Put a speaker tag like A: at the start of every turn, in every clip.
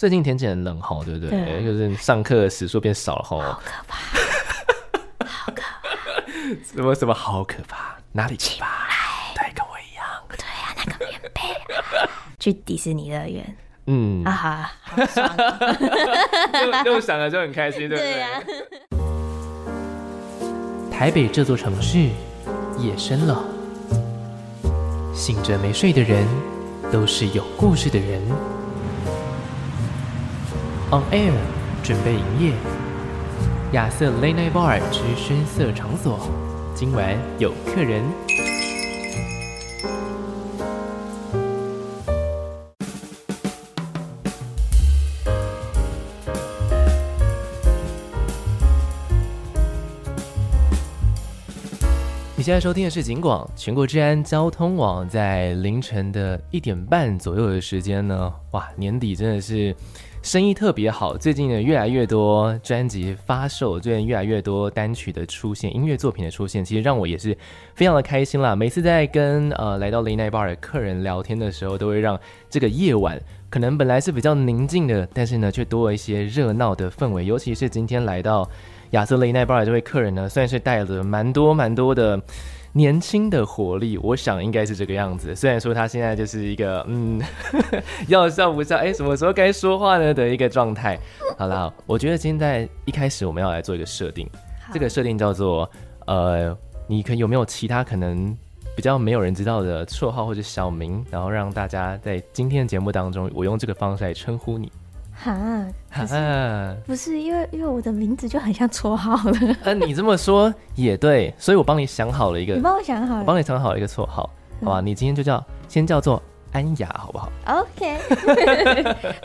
A: 最近天气很冷哈，对不对？
B: 对啊
A: 就是上课的时数变少了哈
B: 好。可怕，好可怕！
A: 什么什么好可怕，哪里奇葩？对，跟我一样。
B: 对啊，那个棉被、啊，去迪士尼乐园
A: 嗯
B: 啊，，哈，好爽哦！
A: 就就想了就很开心，对不
B: 对啊，
A: 台北这座城市，夜深了，醒着没睡的人，都是有故事的人。On Air 准备营业，亚瑟 Late Night Bar 之深色场所，今晚有客人。你现在收听的是警广全国治安交通网，在凌晨的一点半左右的时间呢，哇，年底真的是生意特别好。最近呢，越来越多专辑发售，最近越来越多单曲的出现，音乐作品的出现，其实让我也是非常的开心啦。每次在跟呃来到雷奈巴尔的客人聊天的时候，都会让这个夜晚可能本来是比较宁静的，但是呢，却多了一些热闹的氛围，尤其是今天来到。亚瑟雷奈巴尔这位客人呢，算是带了蛮多蛮多的年轻的活力，我想应该是这个样子。虽然说他现在就是一个嗯， 要笑不笑，哎、什么时候该说话呢的一个状态。好啦，我觉得现在一开始我们要来做一个设定，
B: 好
A: 这个设定叫做呃，你可有没有其他可能比较没有人知道的绰号或者小名，然后让大家在今天的节目当中，我用这个方式来称呼你。
B: 哈，可是
A: 啊
B: 不是因为因为我的名字就很像绰号了？
A: 呃，你这么说也对，所以我帮你想好了一个
B: 你，帮我想好
A: 我
B: 了
A: 帮你想好了一个绰号，
B: 嗯
A: 好吧？你今天就叫先叫做安雅，好不好？
B: ，OK，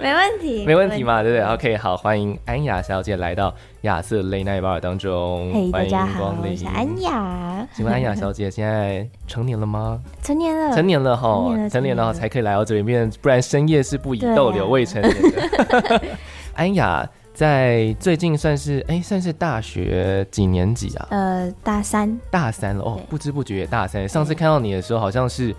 B: 没问题，
A: 没问题？嘛，对不对？OK，好，欢迎安雅小姐来到亚瑟雷奈巴尔当中
B: 嘿，大
A: 欢迎
B: 家好，
A: 光
B: 我
A: 临。
B: 是安雅，
A: 请问安雅小姐现在成年了吗？
B: 成年了，
A: 成年了哈
B: 成年，
A: 成年了
B: 了成年
A: 哈
B: 了
A: 才可以来到这里面，不然深夜是不宜
B: 对啊
A: 逗留未成年的。 安雅在最近算是哎，算是大学几年级啊？
B: 呃，大三，
A: 大三了哦
B: 对，
A: 不知不觉也大三。上次看到你的时候好像是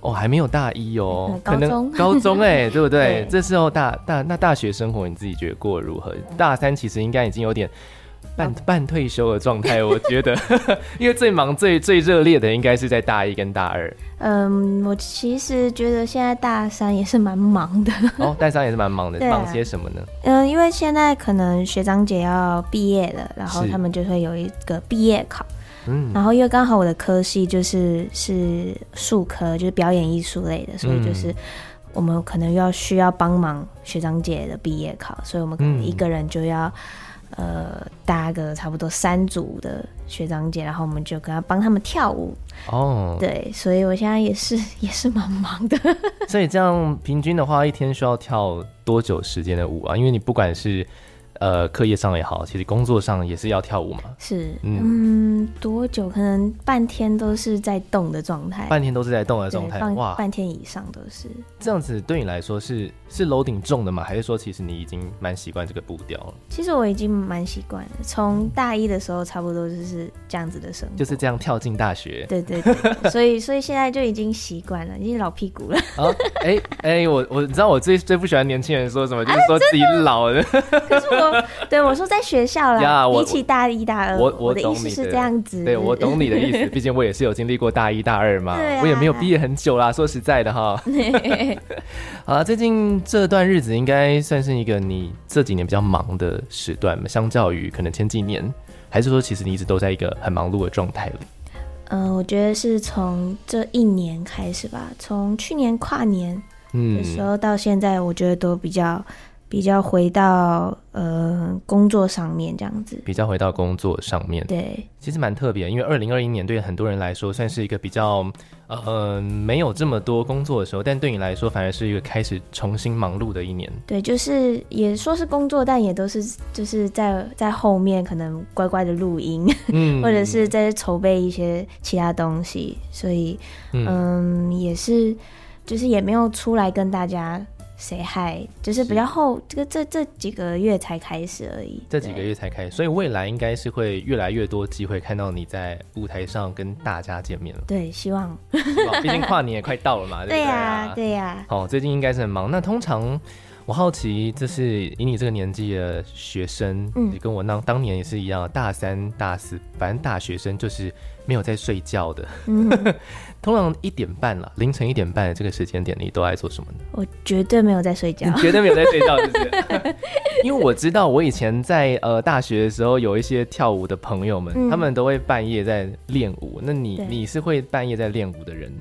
A: 哦，还没有大一哦
B: 嗯， 高中
A: 高中 哎、对不对
B: 对？
A: 这时候大大那大学生活你自己觉得过得如何？大三其实应该已经有点。半半退休的状态，我觉 得，因为最忙最最热烈的应该是在大一跟大 二，
B: 嗯，我其实觉得现在大三也是蛮忙的，
A: 哦，大三也是蛮忙的，
B: 对啊
A: 忙些什么呢？
B: 嗯，因为现在可能学长姐要毕业了，然后
A: 是
B: 他们就会有一个毕业考，
A: 嗯，
B: 然后因为刚好我的科系就是是术科，就是表演艺术类的，所以
A: 嗯
B: 就是我们可能要需要帮忙学长姐的毕业考，所以我们可能
A: 嗯
B: 一个人就要、呃搭个差不多三组的学长姐，然后我们就跟他帮他们跳舞，
A: 哦，
B: 对，所以我现在也是 也是蛮忙的，
A: 所以这样平均的话，一天需要跳多久时间的舞啊？因为你不管是呃课业上也好，其实工作上也是要跳舞嘛。
B: 是
A: 嗯
B: 嗯多久？可能半天都是在动的状态。
A: 半天都是在动的
B: 对
A: 状，态，
B: 半
A: 哇，
B: 半天以上都是。
A: 这样子对你来说是是楼顶重的吗？还是说其实你已经蛮习惯这个步调了，
B: 其实我已经蛮习惯了，从大一的时候差不多就是这样子的生活。
A: 就是这样跳进大学
B: 对对对， 所以所以现在就已经习惯了，已经老屁股了。
A: 啊？哎哎、我我你知道我最最不喜欢年轻人说什么，就是
B: 啊
A: 说自己老 了。
B: 可是我对我说在学校
A: 呀
B: 啦，
A: 我
B: 比起大一大二，
A: 我
B: 我的
A: 懂
B: 意
A: 你
B: 思是这样子。
A: 对我懂你的意 思，毕竟我也是有经历过大一大二嘛，
B: 对啊
A: 我也没有毕业很久啦。说实在的 哈， 好啦，最近这段日子应该算是一个你这几年比较忙的时段嘛，相较于可能前几年，还是说其实你一直都在一个很忙碌的状态里？
B: 嗯、我觉得是从这一年开始吧，从去年跨年
A: 嗯
B: 的时候到现在，我觉得都比较比较回到呃工作上面这样子。
A: 比较回到工作上面，
B: 对，
A: 其实蛮特别的，因为二零二一年对很多人来说算是一个比较，呃，没有这么多工作的时候，但对你来说反而是一个开始重新忙碌的一年。
B: 对，就是也说是工作，但也都是就是在在后面可能乖乖的录音，
A: 嗯
B: 或者是在筹备一些其他东西，所以
A: 嗯
B: 嗯也是就是也没有出来跟大家 say hi，就是比较后这个这这几个月才开始而已。
A: 这几个
B: 对。
A: 月才开始，所以未来应该是会越来越多机会看到你在舞台上跟大家见面了
B: 对，希望
A: 是吧毕竟跨年也快到了嘛，对不
B: 对
A: 对
B: 呀
A: 啊？
B: 对呀，
A: 好，最近应该是很忙。那通常我好奇，就是以你这个年纪的学生，
B: 嗯
A: 也跟我当当年也是一样，大三、大四，反正大学生就是没有在睡觉的。
B: 嗯
A: 通常一点半了，凌晨一点半这个时间点，你都爱做什 么呢？
B: 我绝对没有在睡觉
A: 你。绝对没有在睡觉，是不是？ 因为我知道，我以前在呃大学的时候，有一些跳舞的朋友们，
B: 嗯
A: 他们都会半夜在练舞。那你
B: 对
A: 你是会半夜在练舞的人？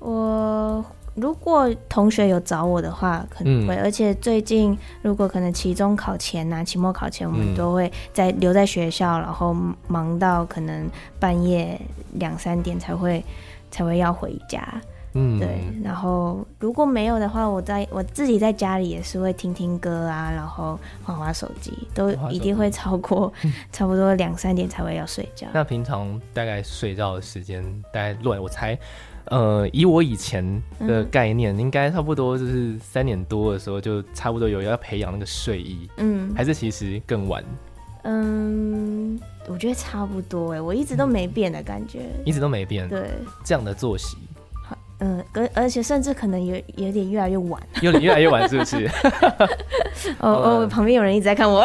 B: 我如果同学有找我的话，可能
A: 嗯
B: 会。而且最近如果可能期中考前呐、期末考前，我
A: 嗯
B: 们都会在留在学校，然后忙到可能半夜两三点才会才会要回家。
A: 嗯，
B: 对，然后如果没有的话，我在我自己在家里也是会听听歌啊，然后玩玩手机，都
A: 滑手机
B: 一定会超过 差不多两三点才会要睡觉。
A: 那平常大概睡觉的时间大概乱，我猜，呃，以我以前的
B: 嗯
A: 概念，应该差不多就是三点多的时候就差不多有要培养那个睡意，
B: 嗯
A: 还是其实更晚，
B: 嗯，我觉得差不多哎，我一直都没变的感觉。
A: 一直都没变
B: 对，
A: 这样的作息，
B: 嗯，而而且甚至可能有有点越来越晚。
A: 有点越来越晚，是不 是？
B: 哦哦，旁边有人一直 在看我。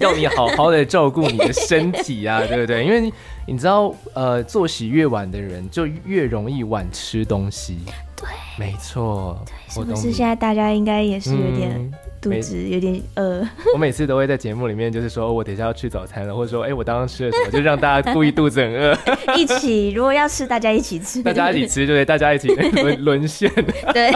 A: 要你好好的照顾你的身体啊， 对不对？因为你你知道，呃，作息越晚的人就越容易晚吃东西，
B: 对，
A: 没错，
B: 是
A: 我
B: 不
A: 懂
B: 是
A: 你
B: 现在大家应该也是有点
A: 嗯
B: 肚
A: 没
B: 子有点呃饿？
A: 我每次都会在节目里面，就是说哦我等一下要吃早餐了，或者说哎、我刚刚吃了什么，就让大家故意肚子很饿，
B: 一起如果要吃，大家一起吃。
A: 大家一起吃， 对，大家一起沦沦陷。
B: 对。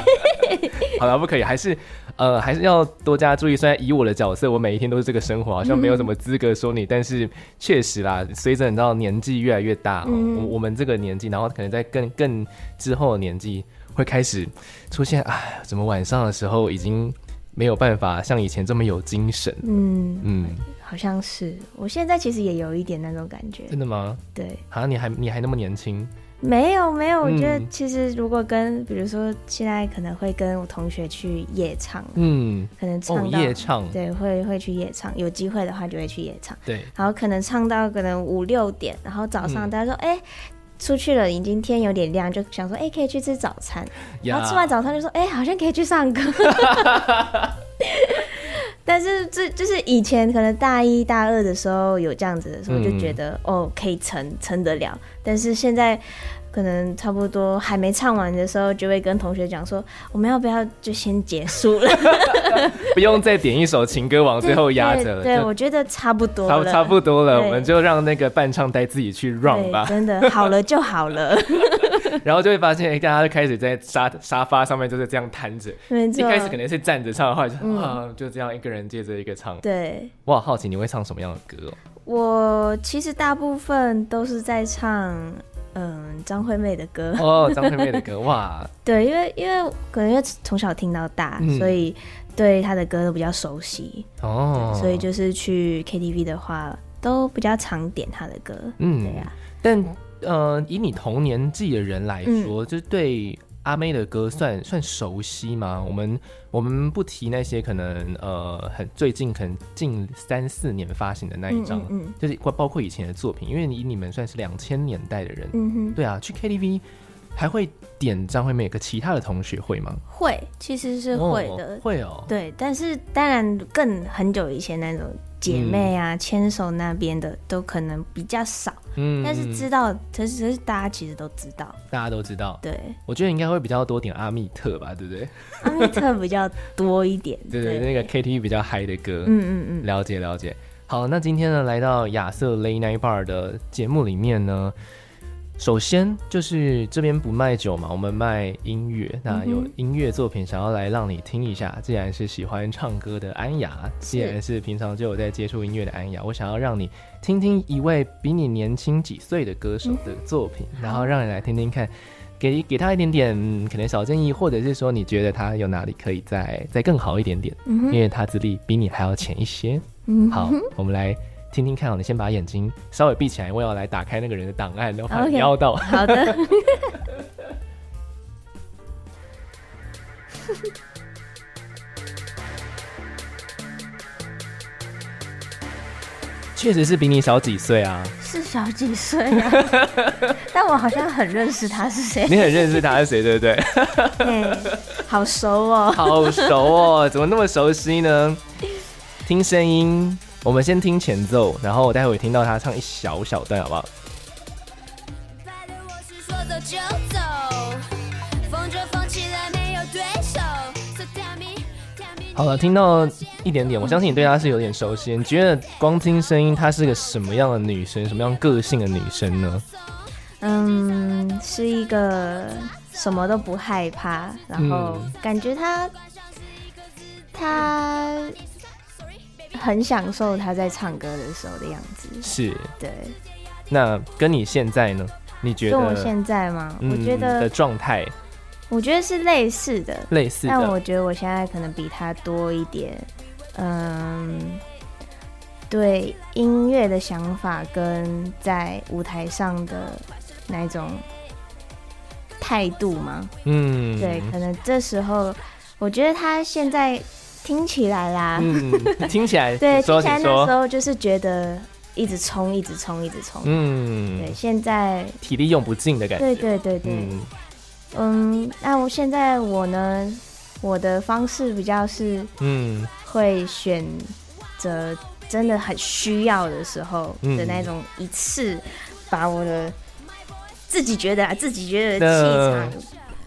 A: 好了，不可以，还是呃，还是要多加注意。虽然以我的角色，我每一天都是这个生活，好像没有什么资格说你，但是确实啦，随着你知道年纪越来越大，哦
B: 嗯
A: 我我们这个年纪，然后可能在更更之后的年纪，会开始出现，哎，怎么晚上的时候已经没有办法像以前这么有精神？
B: 嗯，
A: 嗯，
B: 好像是。我现在其实也有一点那种感觉。
A: 真的吗？
B: 对，
A: 啊，你还你还那么年轻。
B: 没有没有，我觉得
A: 嗯
B: 其实如果跟，比如说现在可能会跟我同学去夜唱，
A: 嗯，
B: 可能
A: 哦，
B: 唱到、
A: 夜唱，
B: 对，会会去夜唱，有机会的话就会去夜唱，
A: 对，
B: 然后可能唱到可能五六点，然后早上
A: 嗯
B: 大家说，哎、出去了，已经天有点亮，就想说，哎、可以去吃早餐。然后吃完早餐就说，哎、好像可以去 上课。 但是这就是以前可能大一大二的时候有这样子的时候，
A: 嗯
B: 就觉得、哦可以撑撑得了。但是现在可能差不多还没唱完的时候，就会跟同学讲说，我们要不要就先结束了？
A: 不用再点一首情歌
B: 哦
A: 往最后压着了，
B: 对，对
A: 就
B: 我觉得差不多
A: 差
B: 了，
A: 不差不多了，
B: 对
A: 我们就让那个伴唱带自己去 run
B: 对，
A: 吧，
B: 真的好了就好 了，
A: 然后就会发现，哎，大家就开始在沙沙发上面就是这样瘫着，
B: 没
A: 一
B: 错。
A: 开始可能是站着唱，后来就啊就这样一个人接着一个唱。
B: 嗯对。
A: 我好好奇你会唱什么样的歌哦？
B: 我其实大部分都是在唱，嗯，张惠妹的歌。
A: 哦，张惠妹的歌，哇，
B: 对，因为因为可能因为从小听到大，
A: 嗯
B: 所以对她的歌都比较熟悉，
A: 哦，
B: 所以就是去 KTV 的话，都比较常点她的歌。
A: 嗯
B: 对啊呀、
A: 但呃，以你同年纪的人来
B: 嗯
A: 说，就是对阿妹的歌算算熟悉吗？我们我们不提那些可能呃很最近可能近三四年发行的那一张，
B: 嗯嗯嗯
A: 就是包包括以前的作品，因为你你们算是两千年代的人，
B: 嗯哼，
A: 对啊，去 KTV 还会点张惠妹的歌，可其他的同学会吗？
B: 会，其实是会的。
A: 哦、会哦，
B: 对，但是当然更很久以前那种姐
A: 嗯
B: 妹啊、牵、手那边的都可能比较少，
A: 嗯
B: 但是知道，其实大家其实都知道。
A: 大家都知道，
B: 对，
A: 我觉得应该会比较多点阿密特吧，对不对？
B: 阿密特比较多一点
A: 。对对，那个 KTV 比较嗨的歌，
B: 嗯嗯嗯，
A: 了解了解。好，那今天呢，来到亚瑟 Late Night Bar 的节目里面呢，首先就是这边不卖酒嘛，我们卖音乐。那有音乐作品想要来让你听一下，既然是喜欢唱歌的安雅，既然是平常就有在接触音乐的安雅，我想要让你听听一位比你年轻几岁的歌手的作品，然后让你来听听看。给给他一点点、嗯可能小建议，或者是说你觉得他有哪里可以再再更好一点点，
B: 嗯哼
A: 因为他资历比你还要浅一些。
B: 嗯
A: 好，我们来听听看哦。你先把眼睛稍微闭起来，我要来打开那个人的档案，然后把你
B: OK
A: 瞄 到。
B: 好的，
A: 确实是比你小几岁 啊，
B: 是小几岁啊？ 但我好像很认识他是谁。
A: 你很认识他是谁，对不对？
B: 嘿好熟哦。
A: 好熟哦，怎么那么熟悉呢？听声音，我们先听前奏，然后待会听到他唱一小小段，好不好？
C: 拜的我是说走就走，风筝风起来没有对手。So tell me, tell me，
A: 好了，听到一点点，我相信你对她是有点熟悉。你觉得光听声音，她是个什么样的女生，什么样个性的女生呢？
B: 嗯，是一个什么都不害怕，然后
A: 嗯
B: 感觉他、他很享受他在唱歌的时候的样子。
A: 是，
B: 对，
A: 那跟你现在呢？你觉得？
B: 跟我现在嘛，
A: 嗯
B: 我觉
A: 的
B: 得
A: 状态
B: 我觉得是类似的，
A: 类似
B: 但
A: 的
B: 我觉得我现在可能比他多一点，嗯，对音乐的想法跟在舞台上的那一种态度嘛。
A: 嗯，
B: 对，可能这时候，我觉得他现在听起来啦，
A: 嗯，听起来，
B: 对，
A: 你
B: 听
A: 说，
B: 起来
A: 你
B: 那
A: 说，
B: 时候就是觉得一直冲，一直冲，一直冲。
A: 嗯
B: 对，，现在，
A: 体力用不尽的感觉，
B: 对对对对，
A: 嗯，
B: 嗯，那我现在我呢，我的方式比较是
A: 嗯
B: 会选择真的很需要的时候
A: 嗯
B: 的那种一次把我的。自己觉得啊，自己觉得的气场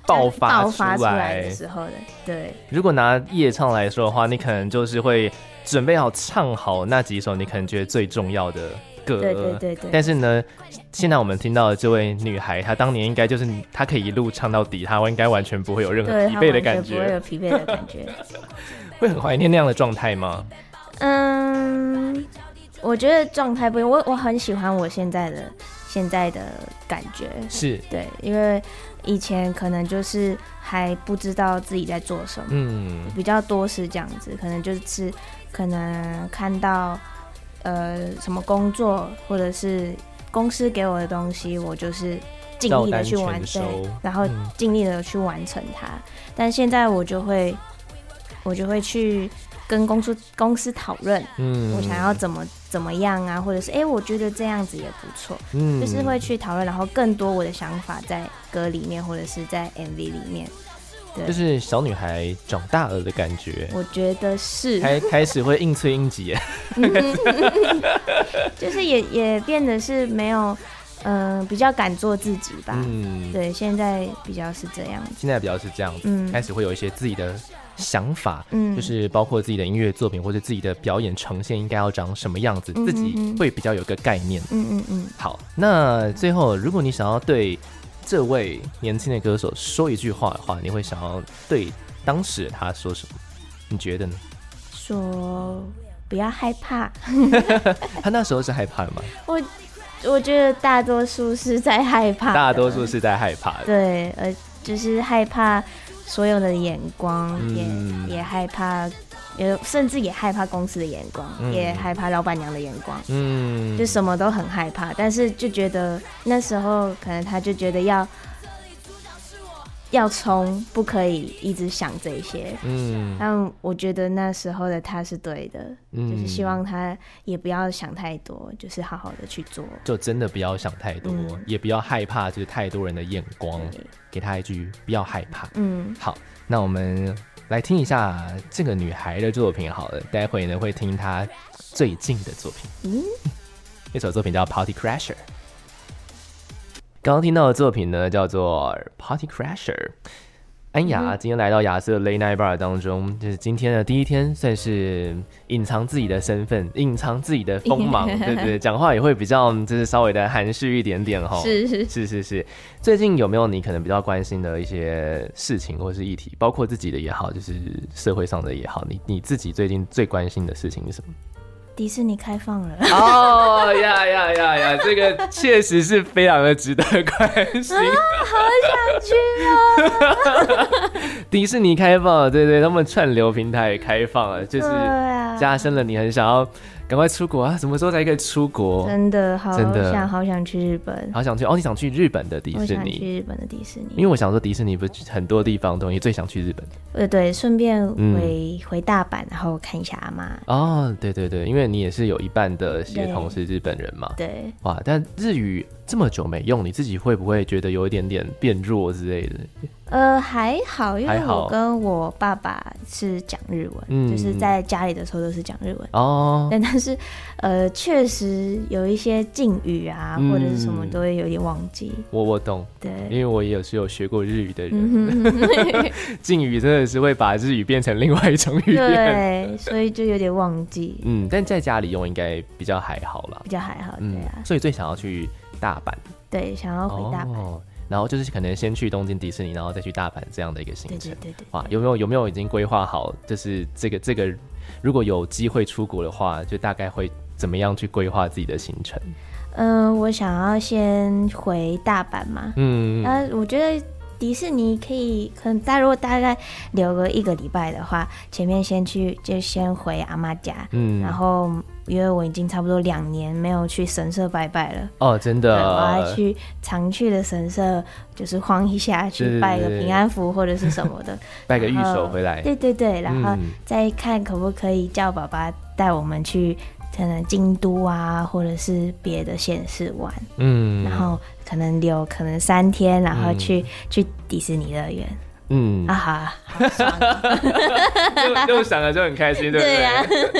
A: 爆发
B: 爆发出
A: 出
B: 来
A: 来
B: 的。时候的，对，
A: 如果拿夜唱来说的话，你可能就是会准备好唱好那几首你可能觉得最重要的歌。
B: 对对对对
A: 但是呢，现在我们听到的这位女孩，她当年应该就是她可以一路唱到底，她应该完全不会有任何
B: 对，
A: 疲
B: 他
A: 惫的
B: 完
A: 感
B: 全不会
A: 觉
B: 有。疲惫的感觉。
A: 会很怀念那样的状态吗？
B: 嗯，我觉得状态不一样，我我很喜欢我现在的现在的感觉，
A: 是，
B: 对，因为以前可能就是还不知道自己在做什么，
A: 嗯
B: 比较多是这样子，可能就是可能看到呃什么工作或者是公司给我的东西，我就是尽力的去完
A: 照
B: 成
A: 单全收，
B: 然后
A: 嗯
B: 尽力的去完成它。但现在我就会我就会去跟公司公司讨论。
A: 嗯
B: 我想要，怎么怎么样啊，或者是哎、诶我觉得这样子也不错，
A: 嗯
B: 就是会去讨论，然后更多我的想法在歌里面或者是在 MV 里面，
A: 就是小女孩长大了的感觉，
B: 我觉得是，
A: 开开始会应催应急，
B: 啊就是也也变得是没有，嗯、比较敢做自己吧，
A: 嗯，
B: 对，现在比较是这样子，
A: 现在比较是这样子，
B: 嗯
A: 开始会有一些自己的想法，
B: 嗯
A: 就是包括自己的音乐作品或者自己的表演呈现应该要长什么样子，
B: 嗯
A: 自己
B: 嗯嗯
A: 会比较有个概念。
B: 嗯嗯嗯，
A: 好，那最后如果你想要对这位年轻的歌手说一句话的话，你会想要对当时的他说什么？你觉得呢？
B: 说不要害怕，
A: 他那时候是害怕吗？
B: 我我觉得大多数是在害怕的，
A: 大多数是在害怕的。
B: 对，呃，就是害怕所有的眼光，
A: 嗯
B: 也也害怕，也甚至也害怕公司的眼光，
A: 嗯
B: 也害怕老板娘的眼光，
A: 嗯，
B: 就什么都很害怕。但是就觉得那时候可能他就觉得要要冲，不可以一直想这些。
A: 嗯
B: 但我觉得那时候的他是对的，
A: 嗯
B: 就是希望他也不要想太多，就是好好的去做。
A: 就真的不要想太多，
B: 嗯
A: 也不要害怕，就是太多人的眼光
B: 对。
A: 给他一句不要害怕。
B: 嗯
A: 好，那我们来听一下这个女孩的作品好了，待会呢会听她最近的作品，
B: 嗯，
A: 那首作品叫《Party Crasher》。刚刚听到的作品呢叫做《Party Crasher》。安雅今天来到亚瑟 Late Night Bar 当中，就是今天的第一天，算是隐藏自己的身份，隐藏自己的锋芒，对对对，讲话也会比较就是稍微的含蓄一点点哈。
B: 是是
A: 是是是，最近有没有你可能比较关心的一些事情或是议题，包括自己的也好，就是社会上的也好，你你自己最近最关心的事情是什么？
B: 迪士尼开放 了。
A: 哦呀呀呀呀，这个确实是非常的值得关心。
B: 去啊！
A: 迪士尼开放了，对对，他们串流平台也开放了，就是
B: 对啊
A: 加深了你很想要。赶快出国啊！什么时候才可以出国？
B: 真的好
A: 真的
B: 想好想去日本，
A: 好想去哦！你想去日本的迪
B: 我
A: 士
B: 想
A: 尼？
B: 去日本的迪士尼，
A: 因为我想说迪士尼不是很多地方都，你最想去日本
B: 呃对，顺便
A: 嗯
B: 回、回大阪，然后看一下阿妈。
A: 哦，对对对，因为你也是有一半的血统是日本人嘛。
B: 对，
A: 哇，但日语这么久没用，你自己会不会觉得有一点点变弱之类的？
B: 呃，还好，因
A: 还
B: 为
A: 好
B: 我跟我爸爸是讲日文，
A: 嗯
B: 就是在家里的时候都是讲日文。
A: 哦，
B: 但但是，呃，确实有一些敬语啊，
A: 嗯
B: 或者是什么都会有点忘记。
A: 我我懂，因
B: 对，
A: 为我也是有学过日语的人，
B: 嗯哼，
A: 敬、语真的是会把日语变成另外一种语言。
B: 对，所以就有点忘记，
A: 嗯，但在家里用应该比较还好啦。
B: 比较还好。
A: 嗯
B: 对啊，，
A: 所以最想要去大阪。
B: 对，想要回大阪。
A: 哦，然后就是可能先去东京迪士尼，然后再去大阪这样的一个行
B: 对
A: 程。
B: 对对对，
A: 哇，有没有有没有已经规划好？就是这个这个，如果有机会出国的话，就大概会怎么样去规划自己的行程？
B: 嗯、我想要先回大阪嘛。
A: 嗯，
B: 那、我觉得迪士尼可以，可能大家如果大概留个一个礼拜的话，前面先去就先回阿妈家，
A: 嗯
B: 然后因为我已经差不多两年没有去神社拜拜了。
A: 哦，真
B: 对，我
A: 的
B: 要，去常去的神社，就是晃一下，
A: 对
B: 去拜个
A: 对
B: 平安符或者是什么 的。
A: 拜个玉
B: 然
A: 手
B: 后
A: 回来。
B: 对对对，然后
A: 嗯
B: 再看可不可以叫爸爸带我们去可能京都啊，或者是别的县市玩，
A: 嗯，
B: 然后可能留可能三天，然后
A: 嗯
B: 去、去迪士尼乐园
A: 嗯，
B: 啊，哈，好爽哦
A: 又又想了就很开 心，对不
B: 对
A: 对？啊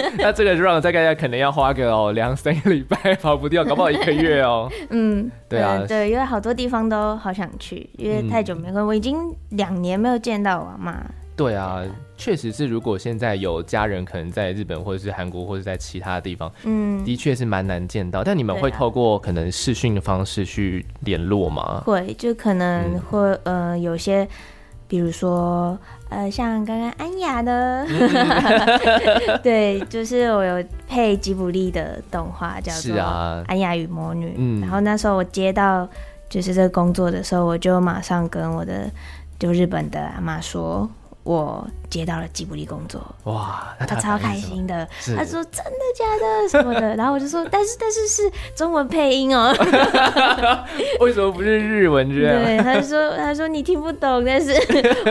B: 呀、
A: 那这个 round 大概可能要花个哦两三个礼拜跑不掉，搞不好一个月 哦。
B: 嗯，
A: 对啊嗯
B: 嗯对，因为好多地方都好想去，因为太久没回，我已经两年没有见到我妈，
A: 对啊，确实是，如果现在有家人可能在日本或者是韩国或者在其他地方，
B: 嗯，
A: 的确是蛮难见到。但你们
B: 对啊
A: 会透过可能视讯的方式去联络吗？
B: 会，就可
A: 嗯
B: 能会、呃有些，比如说呃像刚刚安 雅的，对，就是我有配吉卜力的动画叫
A: 是
B: 做
A: 啊
B: 《安雅与魔女》
A: 嗯
B: 然后那时候我接到就是这个工作的时候，我就马上跟我的就日本的阿妈说。我接到了吉卜力工作，
A: 哇，那
B: 她
A: 啊他
B: 超
A: 反
B: 开
A: 应是什么。
B: 心的。
A: 是
B: 她说：“真的假的？什么的？”然后我就说：“但是但是是中文配音哦。”
A: 为什么不是日文这样？
B: 对，他 就说他说你听不懂，但 是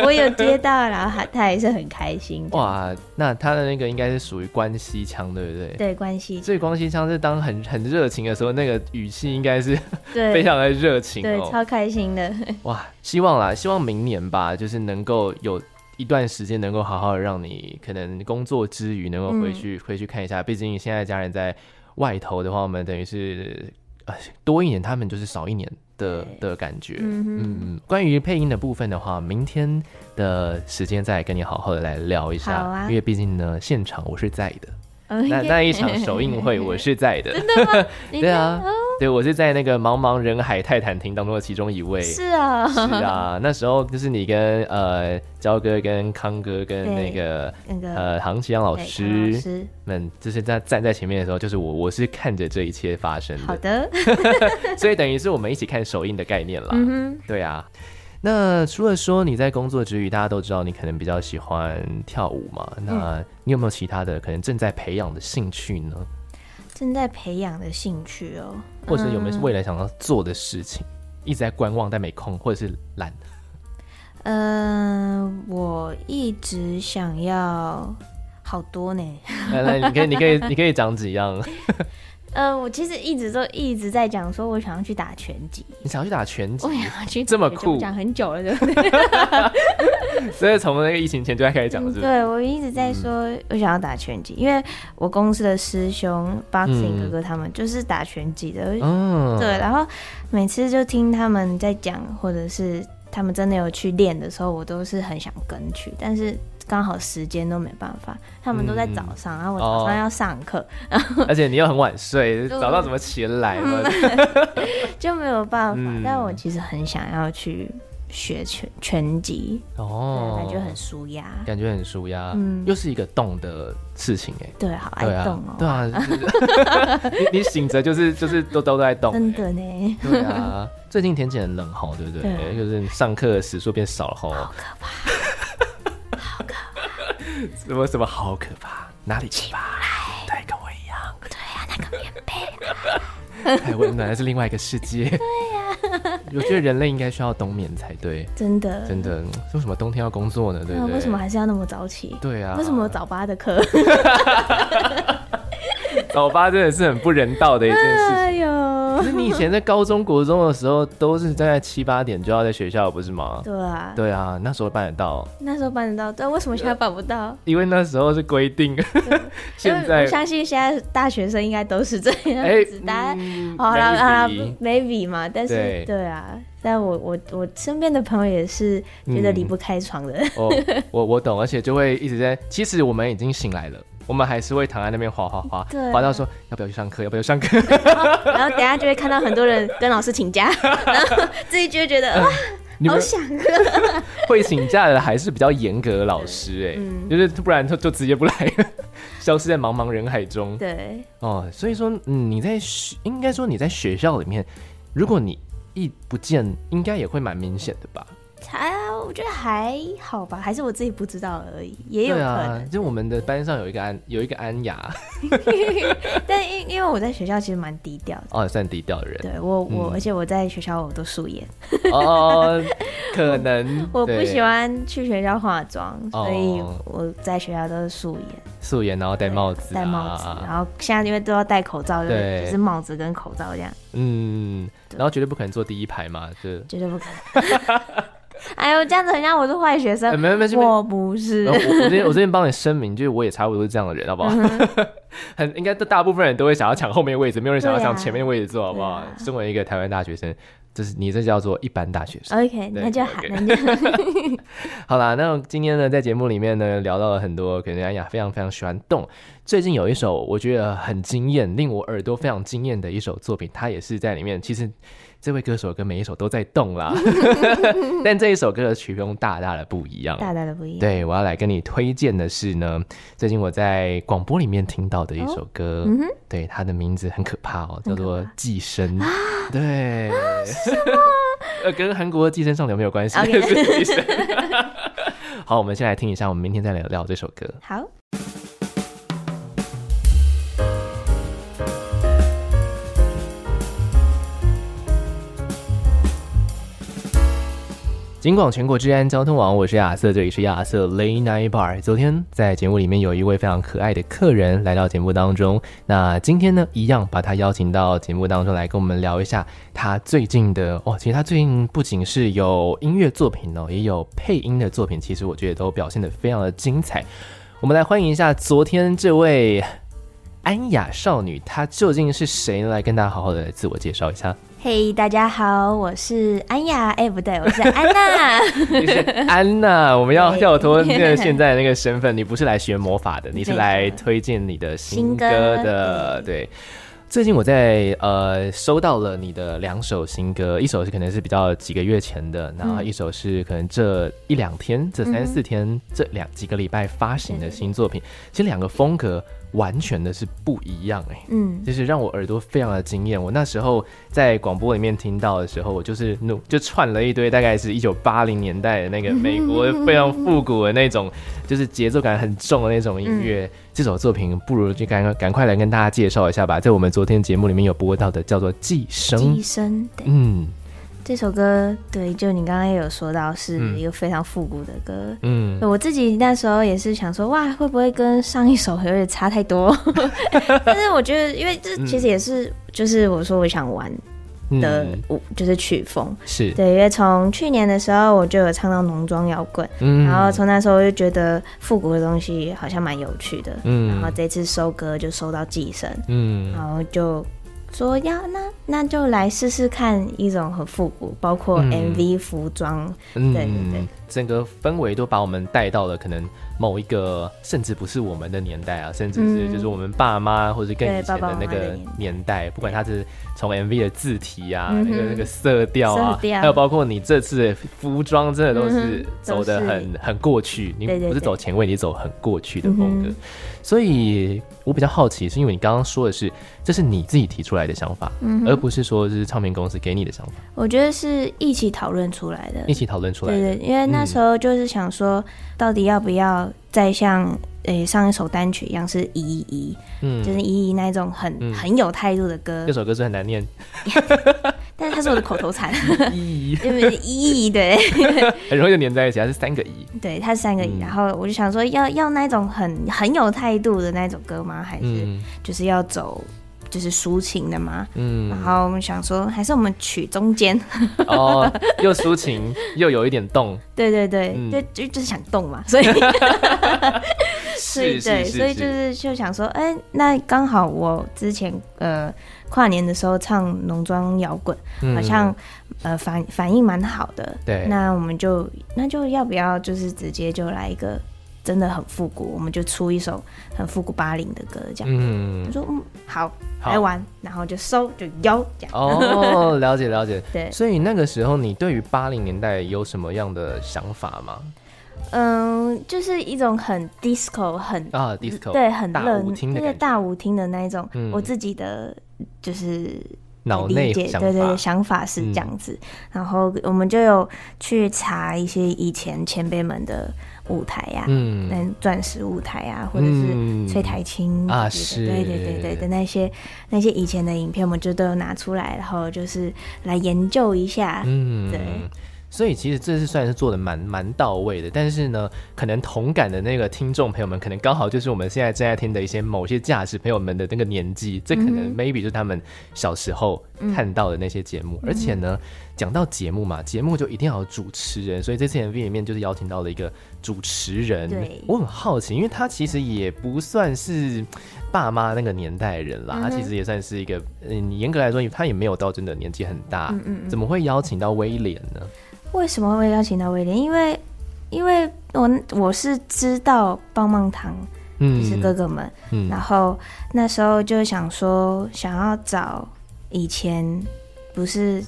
B: 我有接到，然后他他也是很开心的。
A: 哇，那他的那个应该是属于关西腔，对不对？
B: 对，关系
A: 所以关西腔是当很很热情的时候，那个语气应该是非
B: 对
A: 常的热情
B: 对，
A: 哦。
B: 超开心的。
A: 哇，希望啦，希望明年吧，就是能够有一段时间能够好好的让你可能工作之余能
B: 嗯
A: 够回去、回去看一下，毕竟现在家人在外头的话，我们等于是呃多一年，他们就是少一年的的感觉。
B: 嗯哼
A: 嗯嗯，关于配音的部分的话，明天的时间再跟你好好的来聊一下，
B: 好啊
A: 因为毕竟呢，现场我是在 的，
B: 嗯
A: 那
B: OK，
A: 那一场首映会我是在的，
B: 你
A: 对啊
B: 看哦，
A: 对我是在那个茫茫人海泰坦厅当中的其中一位。
B: 是啊，
A: 是 啊，那时候就是你跟呃焦哥、跟康哥、跟
B: 对
A: 那个
B: 那个
A: 呃唐奇阳老
B: 对
A: 师
B: 唐老师，
A: 们，就是在站在前面的时候，就是我我是看着这一切发生
B: 好
A: 的，
B: 的，
A: 所以等于是我们一起看首映的概念啦。
B: 嗯
A: 对啊，那除了说你在工作之余，大家都知道你可能比较喜欢跳舞嘛，
B: 嗯
A: 那你有没有其他的可能正在培养的兴趣呢？
B: 哼，正在培养的兴趣哦。
A: 或者有没有未来想要做的事情，一直在观望但没空，或者是懒？
B: 嗯，我一直想要好多呢。
A: 来来，你可以你可以你可以讲几 样？
B: 呃，我其实一直都一直在讲，说我想要去打拳击，
A: 你想要去打拳击
B: 我？想要哦去打
A: 这么
B: 拳击
A: 酷
B: 我讲很久了，对不对
A: 所以从那个疫情前就在开始讲了，
B: 嗯
A: 是不是？
B: 对，我一直在说，我想要打拳击，因为我公司的师兄 boxing
A: 嗯
B: 哥哥他们就是打拳击的，
A: 嗯，
B: 对，然后每次就听他们在讲，或者是他们真的有去练的时候，我都是很想跟去，但是刚好时间都没办法，他们都在早上，然后我早上
A: 嗯哦
B: 要上课，
A: 而且你又很晚睡，
B: 对
A: 早上怎么起得来？
B: 就没有办法。
A: 嗯
B: 但我其实很想要去学拳拳击，对，
A: 哦啊
B: 嗯感，觉很舒压，
A: 感觉很舒压，
B: 嗯
A: 又是一个动的事情哎。
B: 对，好爱
A: 对啊
B: 动哦，，
A: 对啊，就是 你你醒着就是就是都都在动，
B: 真的呢，
A: 对啊。 最近天气很冷吼，对不对？
B: 对啊
A: 就是上课的时数变少了吼。好可怕，好 可怕！什么什么好可怕？哪里可怕？对，跟我一样。哎
B: 对，
A: 太温暖了，是另外一个世界。对呀、我觉得人类应该需要冬眠才对，
B: 真的
A: 真的。为什么冬天要工作呢？对
B: 那
A: 不对？
B: 嗯为什么？还是要那么早起？
A: 对啊，
B: 为什么有早八的课？
A: 早八真的是很不人道的一件事 情。
B: 哎呦
A: 可，是你以前在高中国中的时候，都是大概七八点就要在学校，不是吗？
B: 对啊，
A: 对啊，那时候办得到，
B: 那时候办得到，但为什么现在办不到？
A: 因为那时候是规定。 现
B: 因为
A: 在哎
B: 我相信现在大学生应该都是这样子，大家
A: 嗯
B: 好啦好啦
A: maybe
B: ，maybe 嘛，但是
A: 对
B: 对啊，但我我我身边的朋友也是觉得离不开 床的，
A: 哦，我我懂，而且就会一直在。其实我们已经醒来了，我们还是会躺在那边滑滑滑
B: 对啊，
A: 滑到说要不要去上课，要不要去上课。
B: 然后等一下就会看到很多人跟老 师请假，然后自己就会觉得啊，
A: 呃你
B: 好
A: 们
B: 想
A: 会请假的还是比较严格的老师、哎、
B: 嗯
A: 就是不然就就直接不来了， 消失在茫茫人海中。
B: 对，
A: 哦，所以说，嗯，你在学，应该说你在学校里面，如果你一不见，应该也会蛮明显的吧？
B: 还我觉得还好吧，还是我自己不知道而已，也有
A: 对
B: 可
A: 啊
B: 能，，
A: 就我们的班上有一个安，有一个安 雅，
B: 但因因为我在学校其实蛮低调的。
A: 哦，算低调的人，
B: 对我我、
A: 嗯
B: 而且我在学校我都素颜，
A: 哦，可能
B: 哦我不
A: 对
B: 喜欢去学校化妆，
A: 哦
B: 所以我在学校都是素颜，
A: 素颜，然后戴帽子、啊，
B: 戴帽子，然后现在因为都要戴口罩，就是
A: 对
B: 就是帽子跟口罩这样，
A: 嗯，然后绝对不可能坐第一排嘛，就。
B: 绝对不可能。 哎呦，这样子很像我是坏学生
A: 哎，，没有没有，没有
B: 我不是
A: 然。后我我这边我这边帮你声明，就是我也差不多是这样的人， 好不好？很应该大大部分人都会想要抢后面位置，没有人想要
B: 对啊
A: 抢前面位置坐，好不好？
B: 对啊
A: 身为一个台湾大学生，就是你这叫做一般大学生。
B: OK，那就好，
A: OK
B: 那就好
A: 好啦，那今天呢，在节目里面呢，聊到了很多，可能安雅非常非常喜欢动。最近有一首我觉得很惊艳，令我耳朵非常惊艳的一首作品，它也是在里面。其实这位歌手跟每一首都在动啦， 但这一首歌的曲风大大的不一样。
B: 大大的不一样。
A: 对，我要来跟你推荐的是呢，最近我在广播里面听到的一首歌，对，它的名字很可怕哦，叫做《寄生》。对， 呃，跟韩国《寄生上流》没有关系
B: OK
A: 是寄生。 好，我们先来听一下，我们明天再聊聊这首歌。
B: 好，
A: 尽管全国治安交通网，我是亚瑟，这里是亚瑟 Late Night Bar。昨天在节目里面有一位非常可爱的客人来到节目当中，那今天呢，一样把他邀请到节目当中来跟我们聊一下他最近的哦。其实他最近不仅是有音乐作品哦，也有配音的作品，其实我觉得都表现得非常的精彩。我们来欢迎一下昨天这位安雅少女，她究竟是谁呢？来跟大家好好的自我介绍一下。
B: 嘿、大家好，我是安雅，哎、不对，我是安 娜。
A: 就是安娜，我们要
B: 对
A: 跳脱那个现在的那个身份，你不是来学魔法的，你是
B: 对
A: 来推荐你的新
B: 新
A: 歌
B: 歌
A: 的。对，最近我在呃收到了你的两首新歌，一首是可能是比较几个月前的，然后一首是可能这一两天、这三四天、这两几个礼拜发行的新作品，其实两个风格完全的是不一样哎、
B: 嗯，
A: 就是让我耳朵非常的惊艳。我那时候在广播里面听到的时候，我就是怒就串了一堆，大概是一九八零年代的那个美国非常复古的那种，就是节奏感很重的那种音乐。
B: 嗯
A: 这首作品不如就赶赶快来跟大家介绍一下吧，在我们昨天节目里面有播到的，叫做《寄生
B: 医》。生，对。
A: 嗯
B: 这首歌，对，就你刚刚也有说到，是
A: 嗯
B: 一个非常复古的歌。
A: 嗯，
B: 对我自己那时候也是想说，哇，会不会跟上一首有点差太多？ 但是我觉得，因为这其实也是，就是我说我想玩的
A: 嗯、
B: 舞，就是曲风。
A: 是，
B: 对，因为从去年的时候我就有唱到浓妆摇滚，
A: 嗯
B: 然后从那时候我就觉得复古的东西好像蛮有趣的。然后
A: 嗯
B: 这次收歌就收到寄生，
A: 嗯
B: 然后就说要那那就来试试看一种很复古，包括
A: 嗯
B: MV 服装，
A: 嗯
B: 对对对
A: 整个氛围都把我们带到了可能某一个甚至不是我们的年代啊，甚至是
B: 嗯
A: 就是我们爸妈或者更以
B: 对
A: 前
B: 爸爸
A: 的
B: 妈
A: 那
B: 妈的
A: 个年代，不管它是从 MV 的字体啊，
B: 嗯哼
A: 那个那个色调啊
B: 色，调
A: 还有包括你这次的服装，真的都是
B: 嗯哼
A: 走的
B: 都是
A: 很很过去，你
B: 对对
A: 不是
B: 对
A: 走前卫，你走很过去的风格
B: 嗯哼。
A: 所以我比较好奇，是因为你刚刚说的是这是你自己提出来的想法，
B: 嗯
A: 而
B: 哼，
A: 不是说是唱片公司给你的想法，
B: 我觉得是一起讨论出来的
A: 一。起讨论出来
B: 对
A: 的。
B: 对，因为那时候就是想说，到底要不要再像诶、上一首单曲一样是一一一，就
A: 嗯，
B: 是一一那一种很、
A: 嗯
B: 很有态度的歌
A: 这，首歌虽然难念，
B: 但是它是我的口 头禅，
A: 一
B: 因为是一一对
A: 很容易就粘在一起，它是三个一。
B: 对，它是三个一、
A: 嗯
B: 然后我就想说要要那一种很很有态度的那种歌吗？还是
A: 嗯
B: 就是要走就是抒情的吗？然
A: 嗯，
B: 后我们想说，还是我们取中间，
A: 哦，又抒情又有一点动，
B: 对对对，
A: 嗯
B: 就就就是想动嘛， 所以
A: 是是
B: 对，
A: 是
B: 所
A: 是
B: 以就是就想说，哎、那刚好我之前呃跨年的时候唱农庄摇滚，
A: 嗯
B: 好像呃反反应蛮好的，
A: 对
B: 那我们就那就要不要就是直接就来一个真的很复古，我们就出一首很复古八零的歌这样。
A: 嗯
B: 我，说嗯好，
A: 好
B: 来玩，然后就收就邀这样。
A: 哦，了解了解。
B: 对，
A: 所以那个时候，你对于八零年代有什么样的想法吗？
B: 嗯，就是一种很 disco 很
A: 啊，disco，
B: 对，很
A: 大
B: 热
A: 舞
B: 闹，
A: 厅的
B: 对
A: 感觉
B: 大舞厅的那一种，
A: 嗯
B: 我自己的就是
A: 脑内
B: 理解，
A: 想
B: 对对对，
A: 法，嗯
B: 想法是这样子。然后我们就有去查一些以前前辈们的舞台呀、
A: 嗯
B: 嗯，钻石舞台啊，或者是
A: 嗯
B: 崔台青
A: 啊
B: 之
A: 是
B: 类的对对对对的那些那些以前的影片，我们就都有拿出来，然后就是来研究一下。
A: 嗯
B: 对。
A: 所以其实这是算是做的蛮蛮到位的，但是呢，可能同感的那个听众朋友们，可能刚好就是我们现在正在听的一些某些价值朋友们的那个年纪，这可
B: 嗯
A: 能嗯 maybe 就是他们小时候看到的那些节目。而且呢，讲到节目嘛，节目就一定要有主持人，所以这次 MV 里面就是邀请到了一个主持人
B: 对。
A: 我很好奇，因为他其实也不算是爸妈那个年代人啦，他其实也算是一个，嗯，严格来说，他也没有到真的年纪很大，
B: 嗯
A: 怎么会邀请到威廉呢？
B: 为什么会邀请到威廉？因为因为我我是知道棒棒糖
A: 嗯
B: 就是哥哥们，
A: 嗯
B: 然后那时候就想说，想要找以前不是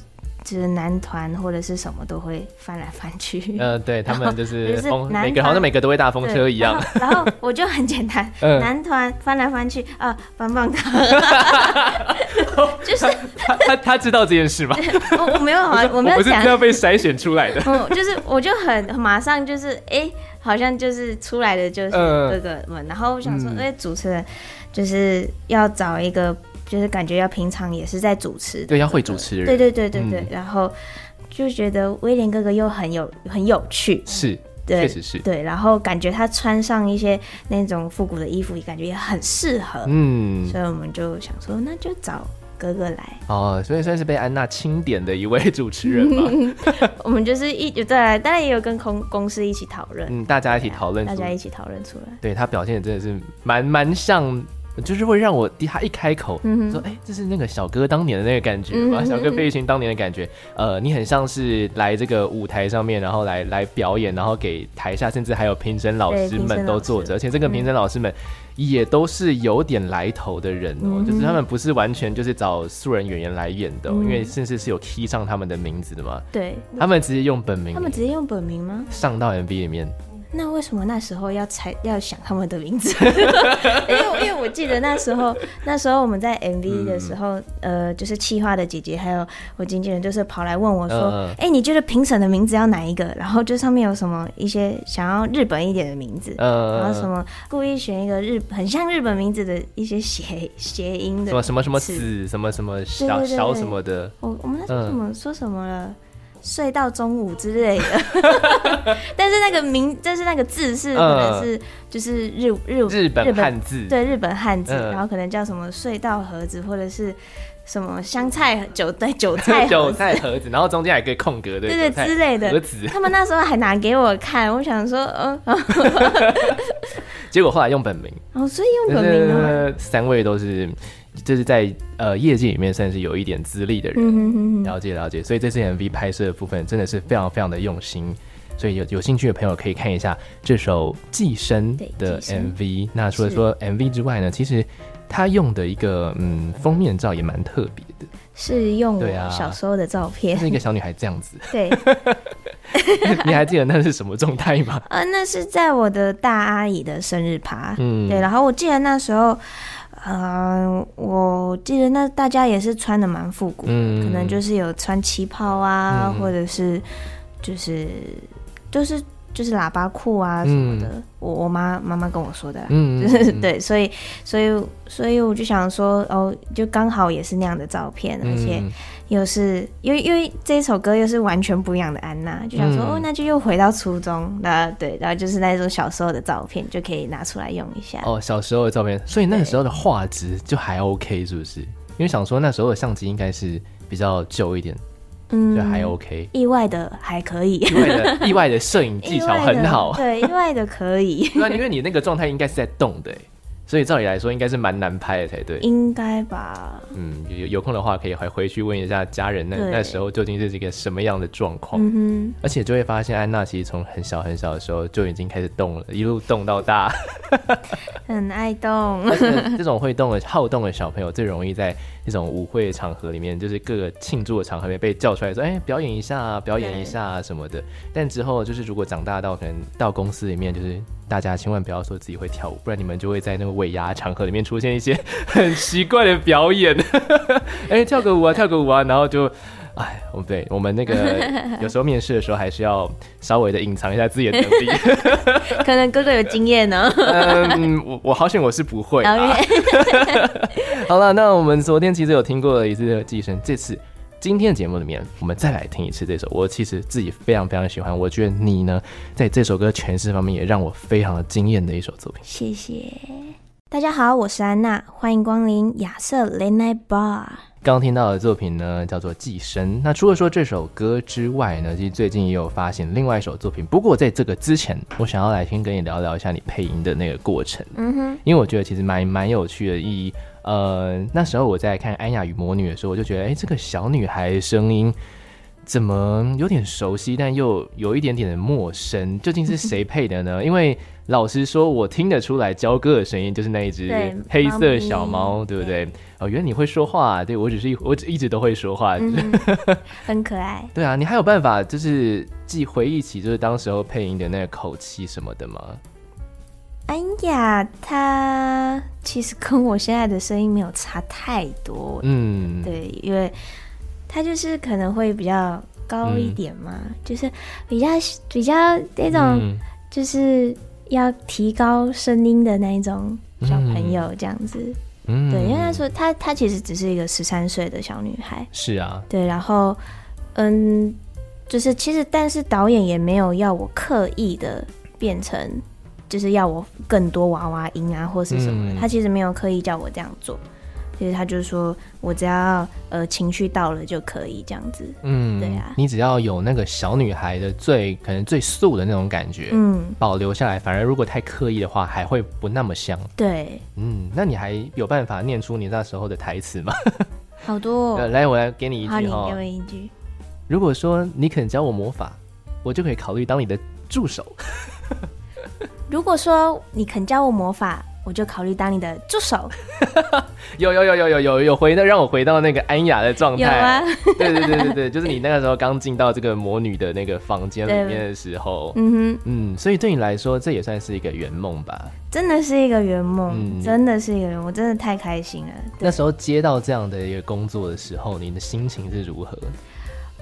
B: 就是男团或者是什么都会翻来翻去，
A: 呃，对他们就
B: 就是是
A: 风，
B: 男
A: 每个好像
B: 团
A: 每个都会大风
B: 对
A: 车一样。
B: 然后。然后我就很简单，
A: 嗯
B: 男团翻来翻去啊、棒棒糖，就是
A: 他他他知道这件事吗？
B: 我我没有好像 我没 有
A: 不是
B: 讲
A: 这，样被筛选出来的。
B: 我就是我就很马上就是哎、诶好像就是出来的就是
A: 嗯
B: 哥哥们，然后我想说，
A: 嗯
B: 哎、主持人就是要找一个，就是感觉要平常也是在主持的
A: 对要会
B: 哥哥
A: 主持人
B: 对对对对对，
A: 嗯
B: 然后就觉得威廉哥哥又很有很有趣，
A: 是，
B: 对
A: 确实是。
B: 对，然后感觉他穿上一些那种复古的衣服，也感觉也很适合，
A: 嗯，
B: 所以我们就想说，那就找哥哥来，
A: 哦，所以算是被安娜钦点的一位主持人 嘛。
B: 我们就是一对，当然也有跟公公司一起讨论。
A: 嗯，大家一起
B: 对啊
A: 讨论
B: 大
A: 出
B: 家一起讨论出来。
A: 对他表现的真的是蛮蛮像，就是会让我他一开口、
B: 嗯哼
A: 说，哎、这是那个小哥当年的那个感觉嘛，
B: 嗯哼
A: 小哥费玉清当年的感觉。呃，你很像是来这个舞台上面，然后来来表演，然后给台下甚至还有评审老
B: 对
A: 师
B: 评
A: 们
B: 审
A: 都
B: 老
A: 坐
B: 师嗯
A: 着，而且这个评审老师们也都是有点来头的人哦，
B: 嗯
A: 就是他们不是完全就是找素人演员来演的哦、因为甚至是有 key 上他们的名字的嘛，
B: 对，
A: 他们直接用本名
B: 他们直接用本名吗？
A: 上到 MV 里面。
B: 那为什么那时候要猜要想他们的 名字？ 因为我因为我记得那时候那时候我们在
A: 嗯
B: MV 的时候，呃，就是企划的姐姐还有我经纪人，就是跑来问我说
A: 嗯嗯：“
B: 哎、你觉得评审的名字要哪一个？”然后就上面有什么一些想要日本一点的名字，
A: 呃，
B: 然后什么故意选一个日很像日本名字的一些谐谐音
A: 什
B: 的
A: 么什么什么
B: 词
A: 子什么什么
B: 对
A: 小
B: 对对
A: 小
B: 对
A: 什么的，
B: 我我们那时
A: 嗯
B: 候怎么、说什么了？睡到中午之类的， 但是那个名，但是那个字是可能是、就是日日
A: 嗯日本
B: 日
A: 汉字，
B: 对日本汉字，
A: 嗯
B: 然后可能叫什么隧道盒子或者是什么香菜韭对韭 菜
A: 韭
B: 盒子，
A: 菜盒子，然后中间还有一个空格的，
B: 对对
A: 韭菜
B: 之类
A: 盒
B: 的。
A: 子，
B: 他们那时候还拿给我看，我想说，嗯、呃，
A: 结果后来用本名，
B: 哦，所以用本名的话，
A: 呃三位都是就是在呃业界里面算是有一点资历的人，
B: 嗯哼哼哼，
A: 了解了解，所以这次 MV 拍摄的部分真的是非常非常的用心。所以有有兴趣的朋友可以看一下这首《寄生
B: 对》
A: 的
B: 寄生
A: MV。那除了
B: 是
A: 说 MV 之外呢，其实他用的一个嗯封面照也蛮特别的，
B: 是用
A: 对啊
B: 我小时候的照片，
A: 是一个小女孩这样子。
B: 对，
A: 你还记得那是什么状态吗？
B: 呃，那是在我的大阿姨的生日趴，
A: 嗯
B: 对，然后我记得那时候，呃，我记得那大家也是穿的蛮复古，
A: 嗯
B: 可能就是有穿旗袍啊，
A: 嗯
B: 或者是就是就是就是喇叭裤啊什么的，我我妈妈妈跟我说的啦，
A: 嗯，
B: 就
A: 嗯
B: 是
A: 嗯
B: 对，所以所以所以我就想说，哦，就刚好也是那样的照片，而且
A: 嗯
B: 又是因为因为这首歌又是完全不一样的安娜，就想说、
A: 嗯
B: 哦，那就又回到初中，那对，然后就是那种小时候的照片就可以拿出来用一下。
A: 哦，小时候的照片，所以那个时候的画质就还 OK，是不是？因为想说那时候的相机应该是比较旧一点，
B: 嗯
A: 就还 OK。
B: 意外的还可以，
A: 意外 的意外的摄影技巧很好
B: 意外的，对，意外的 可以，
A: 对啊，因为你那个状态应该是在动的欸，所以照理来说应该是蛮难拍的才对。
B: 应该吧？
A: 嗯，有有空的话可以还回去问一下家人那
B: 对
A: 那时候究竟是一个什么样的状况。
B: 嗯
A: 而且就会发现，安娜其实从很小很小的时候就已经开始动了，一路动到大。
B: 哼，很爱动，
A: 而且这种会动的、好动的小朋友，最容易在那种舞会场合里面，就是各个庆祝的场合里面被叫出来说：“哎、表演一下啊，表演一下啊什么的。”但之后就是，如果长大到可能到公司里面，就是大家千万不要说自己会跳舞，不然你们就会在那个尾牙场合里面出现一些 很奇怪的表演。 哎、跳个舞啊，跳个舞啊，然后就。哎，我们对我们那个有时候面试的时候，还是要稍微的隐藏一下自己的能力。
B: 可能哥哥有经 验呢。
A: 嗯，我我好险我是不会、
B: 然
A: 啊。
B: 后
A: 好了，那我们昨天其实有听过一次的寄生，这次今天的节目里面，我们再来听一次这首。我其实自己非常非常喜欢，我觉得你呢，在这首歌诠释方面也让我非常的惊艳的一首作品。
B: 谢谢大家好，我是安娜，欢迎光临亚瑟雷奈 bar。
A: 刚刚听到的作品呢，叫做《寄生》。那除了说这首歌之外呢，其实最近也有发行另外一首作品。不过在这个之前，我想要来先跟你聊聊一下你配音的那个过程。
B: 嗯哼，
A: 因为我觉得其实蛮蛮有趣的。一呃，那时候我在看《安雅与魔女》的时候，我就觉得，哎，这个小女孩的声音怎么有点熟悉，但又有一点点的陌生，究竟是谁配的
B: 嗯
A: 呢？因为老实说，我听得出来焦哥的声音就是那一只
B: 对
A: 黑色小
B: 猫
A: 猫，
B: 咪
A: 对不对？哦，原来你会说话、对我只是一我只一直都会说话。
B: 嗯，很可爱。
A: 对啊，你还有办法就是记回忆起就是当时候配音的那个口气什么的吗？
B: 安雅她哎其实跟我现在的声音没有差太多，
A: 嗯，
B: 对，因为她就是可能会比较高一点嘛，就是比较比较那种
A: 嗯
B: 就是要提高声音的那一种小朋友这样子。
A: 嗯
B: 对，因为那时候她她其实只是一个十三岁的小女孩，
A: 是啊，
B: 对，然后嗯，就是其实但是导演也没有要我刻意的变成，就是要我更多娃娃音啊或是什么的，
A: 嗯
B: 他其实没有刻意叫我这样做。其实他就说，我只要呃情绪到了就可以这样子，
A: 嗯，
B: 对啊
A: 你只要有那个小女孩的最可能最素的那种感觉，
B: 嗯，
A: 保留下来，反而如果太刻意的话，还会不那么像。
B: 对，
A: 嗯，那你还有办法念出你那时候的台词吗？
B: 好多、
A: 呃
B: 哦。
A: 来，我来给你一
B: 好，
A: 句
B: 你给
A: 哈
B: 我。一句，
A: 如果说你肯教我魔法，我就可以考虑当你的助手。
B: 如果说你肯教我魔法，我就考虑当你的助手。
A: 有有有有有有有回到让我回到那个安雅的状态。
B: 有啊
A: 对对对对对，就是你那个时候刚进到这个魔女的那个房间里面的时候。
B: 嗯
A: 嗯，所以对你来说，这也算是一个圆梦吧。
B: 哼，真的是一个圆梦，
A: 嗯
B: 真的是一个圆梦，我真的太开心了。
A: 那时候接到这样的一个工作的时候，你的心情是如何？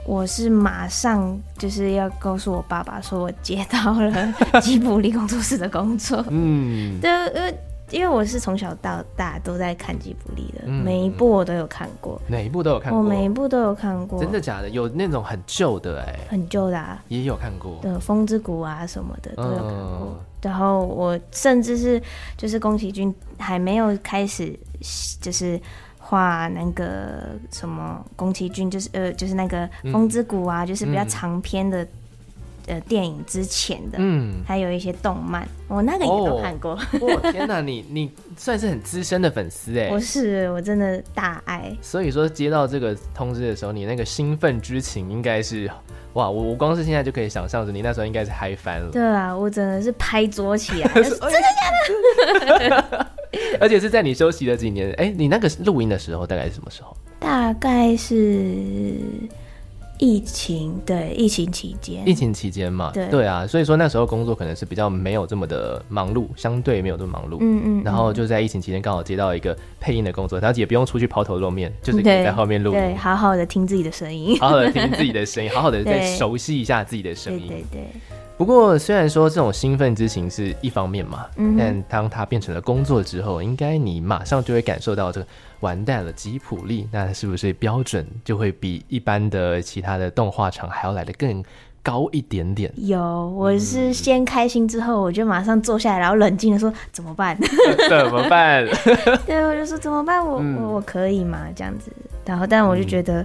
B: 我是马上就是要告诉我爸爸说，我接到了 吉卜力工作室的工作。
A: 嗯，
B: 对，因为因为我是从小到大都在看吉卜力的，
A: 嗯
B: 每一部我都有看过，
A: 哪一部都有看
B: 我
A: 过，
B: 每一部都有看过，
A: 真的假的？有那种很旧的哎、
B: 很旧的、啊，
A: 也有看过。
B: 的《风之谷》啊什么的都有看过。
A: 嗯
B: 然后我甚至是就是宫崎骏还没有开始就是画那个什么宫崎骏就是呃就是那个《风之谷》啊，就是比较
A: 嗯
B: 长篇的、呃电影之前的。
A: 嗯，哦
B: 还有一些动漫，我那个也都看 过。
A: 哇天哪，你你算是很资深的粉丝哎、
B: 我是我真的大爱，
A: 所以说接到这个通知的时候，你那个兴奋之情应该是哇，我我光是现在就可以想象着你那时候应该是嗨翻了，
B: 对啊，我真的是拍桌起 来，就是
A: 而且是在你休息了几年。哎、你那个录音的时候大概是什么时候？
B: 大概是疫情对疫情期间，
A: 疫情期间嘛，
B: 对
A: 啊，所以说那时候工作可能是比较没有这么的忙碌，相对没有这么忙碌。
B: 嗯嗯，
A: 然后就在疫情期间刚好接到一个配音的工作，然后也不用出去抛头露面，就是可以
B: 对
A: 在后面录
B: 对，
A: 音，
B: 好好的听自己的声音，
A: 好好的听自己的声音，好好的再
B: 对
A: 熟悉一下自己的声
B: 对
A: 音。
B: 对对，
A: 不不过，虽然说这种兴奋之情是一方面嘛，
B: 嗯哼
A: 但当它变成了工作之后，应该你马上就会感受到这个完蛋了吉普力，那是不是标准就会比一般的其他的动画厂还要来的更高一点点？
B: 有，我是先开心之后，我就马上坐下来，然后冷静的说怎 么办？
A: 怎么 办？
B: 对，我就说怎么办？我、
A: 嗯
B: 我我可以吗？这样子，然后但我就觉得，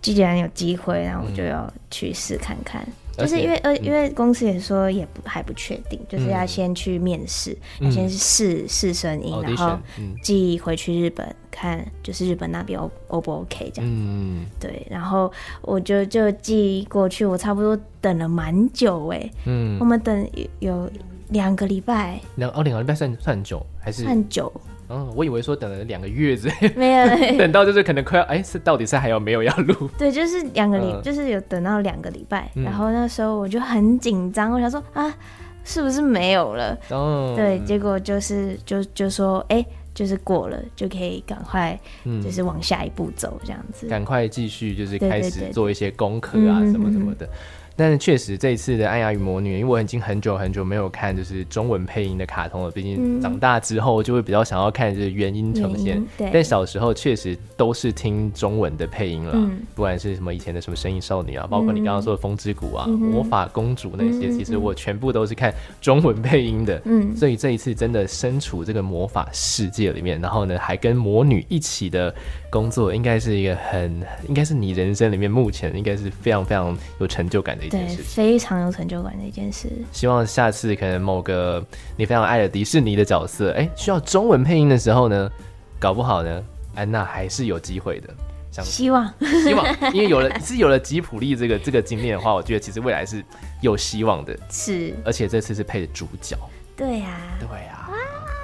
B: 既然有机会，然后我就
A: 嗯
B: 要去试看看。
A: 而
B: 就是
A: 且
B: 因为呃，因为公司也说也不还不确定，
A: 嗯
B: 就是要先去面试，要先试试声音，然
A: audition，
B: 后
A: 嗯
B: 寄回去日本看，就是日本那边 O O 不 OK 这样。
A: 嗯，
B: 对，然后我就就寄过去，我差不多等了蛮久哎、
A: 嗯
B: 我们等有两个礼拜，
A: 两哦两个礼拜算算久还是？
B: 算久，
A: 嗯，我以为说等了两个月之类，
B: 没有，
A: 等到就是可能快要哎是到底是还有没有要录？
B: 对，就是两个礼，
A: 嗯
B: 就是有等到两个礼拜，
A: 嗯
B: 然后那时候我就很紧张，我想说啊，是不是没有了？
A: 哦，
B: 对，结果就是就就说哎、就是过了，就可以赶快
A: 嗯
B: 就是往下一步走这样子。
A: 赶快继续就是
B: 对
A: 开
B: 对
A: 始
B: 对
A: 做一些功课啊，
B: 嗯
A: 什么什么的。但是确实这一次的《爱牙与魔女》，因为我已经很久很久没有看就是中文配音的卡通了，毕竟
B: 嗯
A: 长大之后就会比较想要看就是原音呈
B: 原
A: 现
B: 音对。
A: 但小时候确实都是听中文的配音啦，
B: 嗯
A: 不管是什么以前的什么《声音少女》啊，包括你刚刚说的《风之谷》啊、
B: 嗯哼
A: 魔法公主》那些，
B: 嗯嗯
A: 其实我全部都是看中文配音的。
B: 嗯
A: 所以这一次真的身处这个魔法世界里面，然后呢，还跟魔女一起的工作，应该是一个很，应该是你人生里面目前应该是非常非常有成就感的一
B: 对
A: 件，事情。
B: 非常有成就感的一件事。
A: 希望下次可能某个你非常爱的迪士尼的角色，哎，需要中文配音的时候呢，搞不好呢，安娜还是有机 会的。想
B: 希望
A: 希望，因为有了是有了吉普力这个这个经验的话，我觉得其实未来是有希望的，
B: 是，
A: 而且这次是配的主角。
B: 对呀、
A: 对啊，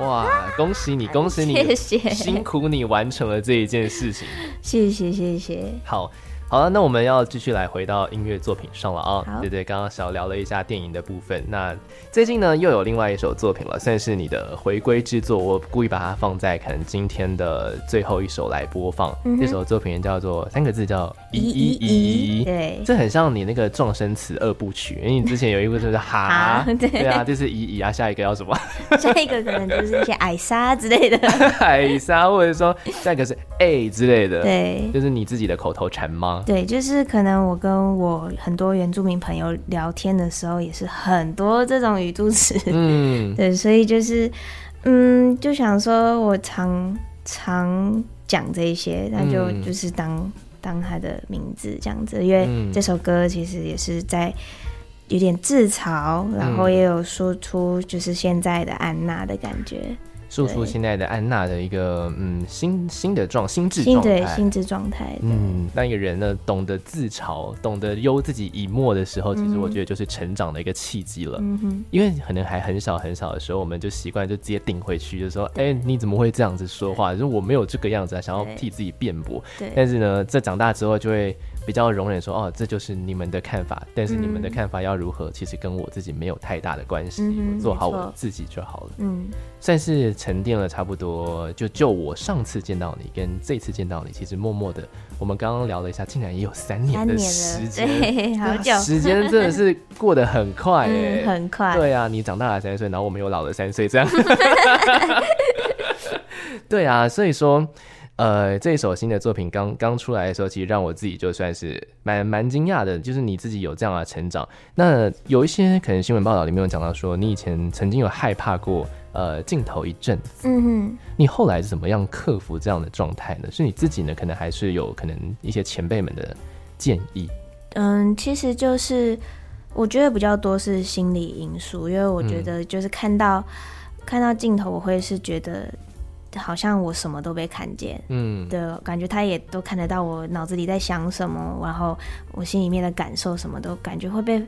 A: 哇，恭喜你，恭喜你，
B: 谢谢
A: 辛苦你完成了这一件事情。
B: 谢谢谢谢。
A: 好，好了，那我们要继续来回到音乐作品上了啊、
B: 好
A: 对对，刚刚小聊了一下电影的部分，那最近呢又有另外一首作品了，算是你的回归之作，我故意把它放在可能今天的最后一首来播放。
B: 嗯哼
A: 这首作品叫做三个字叫一
B: 一
A: 一
B: 一
A: 一，
B: 一对
A: 这很像你那个撞声词二部曲，因为你之前有一部就是哈，
B: 哈对
A: 对啊，就是一一啊，下一个要什么？
B: 下一个可能就是一些矮沙之类的，
A: 海沙，或者说下一个是 A 之类的，，
B: 对。
A: 就是你自己的口头禅吗？
B: 对，就是可能我跟我很多原住民朋友聊天的时候，也是很多这种语助词。
A: 嗯，
B: 对，所以就是，嗯，就想说我常常讲这一些，那就、
A: 嗯
B: 就是当当他的名字这样子，因为
A: 嗯
B: 这首歌其实也是在。有点自嘲，然后
A: 嗯
B: 也有说出就是现在的安娜的感觉，
A: 诉说现在的安娜的一个嗯新新的状心智
B: 心
A: 状
B: 对
A: 态。
B: 心智状态，
A: 嗯，当一个人呢懂得自嘲，懂得忧自己以沫的时候，其实我觉得就是成长的一个契机了。
B: 嗯哼，
A: 因为可能还很小很小的时候，我们就习惯就直接顶回去，就说：“哎、你怎么会这样子说话？”就是我没有这个样子啊，想要
B: 对
A: 替自己辩驳。
B: 对
A: 但是呢，在长大之后就会比较容忍说，哦，这就是你们的看法，但是你们的看法要如何，其实跟我自己没有太大的关系，
B: 嗯哼
A: 我做好
B: 没错
A: 我自己就好了。
B: 嗯，
A: 算是沉淀了差不多，就就我上次见到你跟这次见到你，其实默默的，我们刚刚聊了一下，竟然也有三年
B: 三
A: 的
B: 年
A: 时
B: 了，
A: 间，
B: 对，好久，
A: 时间真的是过得很快耶、
B: 嗯，很快，
A: 对啊，你长大了三岁，然后我们又老了三岁，这样。对啊，所以说，呃，这一首新的作品刚刚出来的时候，其实让我自己就算是蛮蛮惊讶的，就是你自己有这样的成长。那有一些可能新闻报道里面有讲到说，你以前曾经有害怕过呃镜头一阵，
B: 嗯哼。
A: 你后来是怎么样克服这样的状态呢？是你自己呢，可能还是有可能一些前辈们的建议？
B: 嗯，其实就是我觉得比较多是心理因素，因为我觉得就是看到、看到镜头，我会是觉得好像我什么都被看见
A: 嗯，
B: 的感觉，他也都看得到我脑子里在想什么，然后我心里面的感受什么都感觉会被。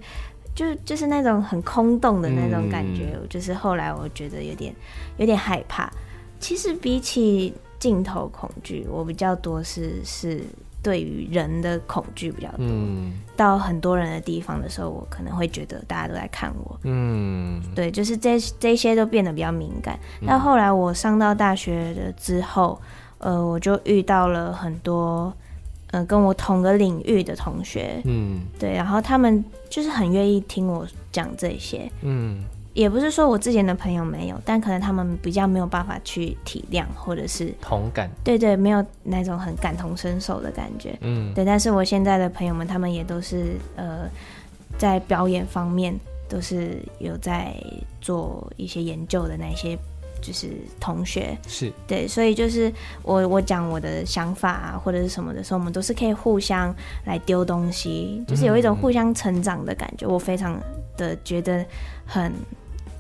B: 就就是那种很空洞的那种感觉，就是后来我觉得有点有点害怕。其实比起镜头恐惧，我比较多是是对于人的恐惧比较多。
A: 嗯
B: 到很多人的地方的时候，我可能会觉得大家都在看我，
A: 嗯
B: 对，就是这这些都变得比较敏感。但后来我上到大学了之后，呃，我就遇到了很多，可能跟我同个领域的同学，
A: 嗯
B: 对，然后他们就是很愿意听我讲这些，
A: 嗯
B: 也不是说我之前的朋友没有，但可能他们比较没有办法去体谅，或者是
A: 同感，
B: 对对，没有那种很感同身受的感觉。
A: 嗯
B: 对，但是我现在的朋友们，他们也都是呃，在表演方面都是有在做一些研究的那些就是同学，
A: 是，
B: 对，所以就是我我讲我的想法啊或者是什么的时候，我们都是可以互相来丢东西，就是有一
A: 嗯
B: 种互相成长的感觉，我非常的觉得很。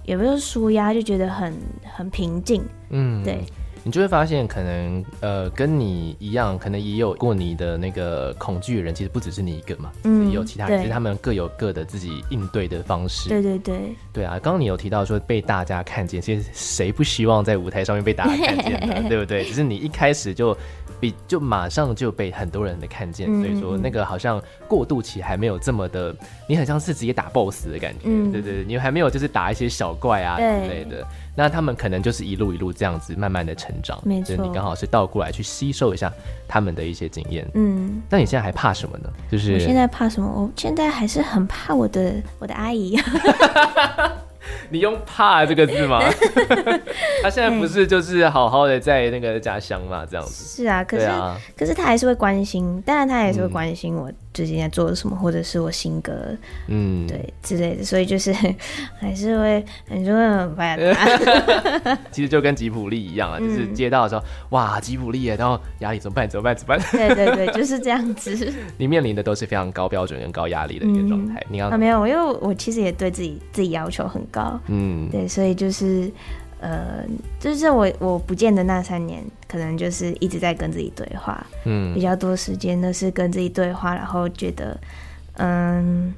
B: 也不是舒压，就觉得很很平静，
A: 嗯
B: 对，
A: 你就会发现，可能呃，跟你一样，可能也有过你的那个恐惧的人，其实不只是你一个嘛，
B: 嗯
A: 也有其他人，
B: 对
A: 就是他们各有各的自己应对的方式。
B: 对对对，
A: 对啊，刚刚你有提到说被大家看见，其实谁不希望在舞台上面被大家看见 呢？对不对？只是你一开始就比就马上就被很多人的看见，
B: 嗯
A: 所以说那个好像过渡期还没有这么的，你很像是直接打 BOSS 的感觉，
B: 嗯
A: 对对对，你还没有就是打一些小怪啊
B: 对
A: 之类的。那他们可能就是一路一路这样子慢慢的成长，
B: 没错
A: 就是你刚好是倒过来去吸收一下他们的一些经验。
B: 嗯，
A: 那你现在还怕什么呢？就
B: 我现
A: 是
B: 在怕什么？我现在还是很怕我的我的阿姨。
A: 你用“怕”这个 字吗？他现在不是就是好好的在那个家乡嘛，这样子。
B: 是啊，可
A: 对
B: 是、
A: 啊，
B: 可是她还是会关心，当然她还是会关心我最近在做什么，或者是我性格
A: 嗯，
B: 对之类的，所以就是 还是会哎还是会 很烦她。
A: 其实就跟吉普力一样啊，
B: 嗯
A: 就是接到的时候，哇，吉普力耶，然后压力怎么办？怎么办？怎么办？
B: 对对对，就是这样子。
A: 你面临的都是非常高标准跟高压力的一个状态，你要
B: 啊，没有，因为我其实也对自己自己要求很高，
A: 嗯，
B: 对，所以就是。呃，就是我我不见的那三年，可能就是一直在跟自己对话，比
A: 嗯
B: 较多时间都是跟自己对话，然后觉得，嗯，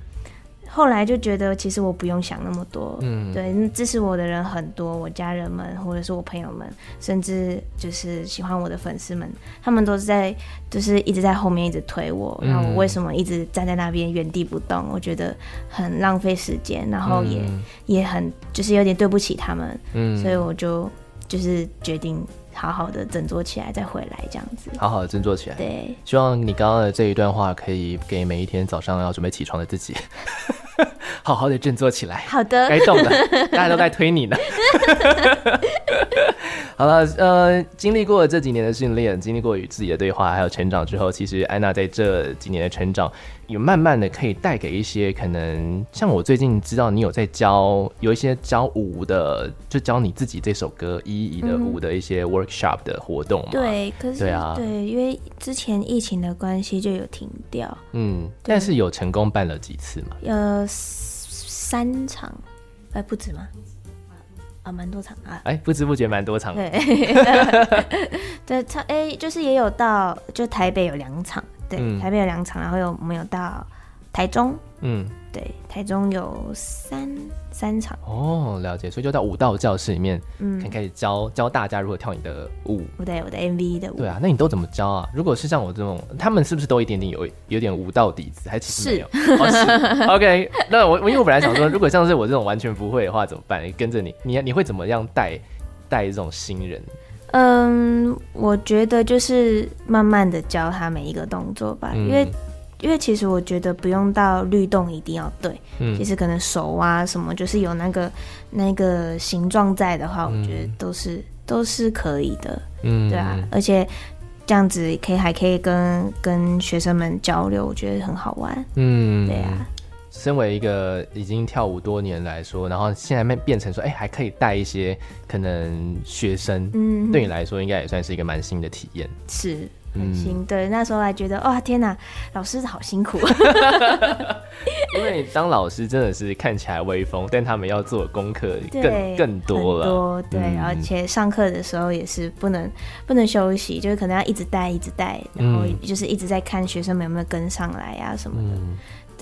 B: 后来就觉得其实我不用想那么多，
A: 嗯
B: 对，支持我的人很多，我家人们或者是我朋友们，甚至就是喜欢我的粉丝们，他们都是在就是一直在后面一直推我，
A: 嗯
B: 那、我为什么一直站在那边原地不动？我觉得很浪费时间，然后也、
A: 嗯
B: 也很就是有点对不起他们，
A: 嗯
B: 所以我就就是决定好好的振作起来再回来这样子，
A: 好好的振作起来。
B: 对。
A: 希望你刚刚的这一段话可以给每一天早上要准备起床的自己， 好好的振作起来。
B: 好 的，
A: 该动的，大家都在推你呢。 好了，呃，经历过这几年的训练，经历过与自己的对话，还有成长之后，其实安娜在这几年的成长，有慢慢的可以带给一些可能像我最近知道你有在教有一些教舞的，就教你自己这首歌一一的舞的一些 workshop 的活动嘛。，
B: 对，可是
A: 对啊
B: 对因为之前疫情的关系就有停掉，
A: 嗯，但是有成功办了几次嘛？
B: 呃，三场，哎，不止吗？啊，蛮多场啊。
A: 哎，不知不觉蛮多场的。
B: 对， 对，差哎，就是也有到，就台北有两场，对，
A: 嗯
B: 台北有两场，然后有我们有到台中，
A: 嗯，
B: 对，台中有三三场，
A: 哦，了解，所以就到舞蹈教室里面，嗯，开始教教大家如何跳你的舞。
B: 我的我的 MV 的舞
A: 对啊，那你都怎么教啊？如果是像我这种，他们是不是都一点点有有点舞蹈底子？还其实没有。哦、是 OK，那我我因为我本来想说，如果像是我这种完全不会的话怎么办？跟着你，你你会怎么样带带这种新人？
B: 嗯，我觉得就是慢慢的教他每一个动作吧，
A: 嗯
B: 啊因为因为其实我觉得不用到律动一定要对，
A: 嗯
B: 其实可能手啊什么，就是有那个那个形状在的话，我觉得都是、都是可以的，
A: 嗯
B: 对啊，而且这样子可以还可以跟跟学生们交流，我觉得很好玩，
A: 嗯
B: 对啊。
A: 身为一个已经跳舞多年来说，然后现在变变成说，哎、还可以带一些可能学生，
B: 嗯，
A: 对你嗯来说应该也算是一个蛮新的体验。
B: 是。很新，对，那时候还觉得哇，天哪，老师好辛苦，啊
A: 因为当老师真的是看起来威风，但他们要做的功课更
B: 对，
A: 更多了。
B: 很多对，
A: 嗯
B: 而且上课的时候也是不能不能休息，就是可能要一直带一直带，然后
A: 嗯
B: 就是一直在看学生们有没有跟上来啊什么的，